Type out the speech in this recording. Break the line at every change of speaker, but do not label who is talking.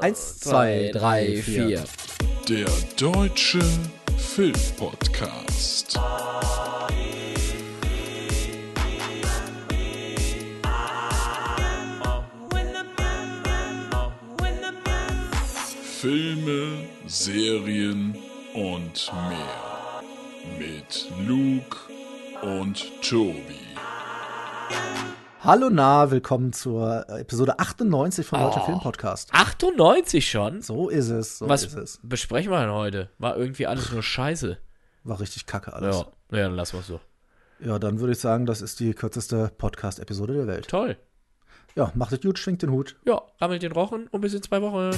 Eins, zwei, drei, vier.
Der Deutsche Filmpodcast. Filme, Serien und mehr. Mit Luke und Tobi.
Hallo na, willkommen zur äh, Episode 98 vom Deutscher
Oh.
Filmpodcast.
98 schon?
So ist es, so
Was
ist es.
besprechen wir denn heute? War irgendwie alles nur Scheiße.
War richtig kacke
Ja,
alles.
ja dann lassen wir so.
Ja, dann würde ich sagen, das ist die kürzeste Podcast-Episode der Welt.
Toll.
Ja, macht es gut, schwingt den Hut.
Ja, rammelt den Rochen und bis in zwei Wochen.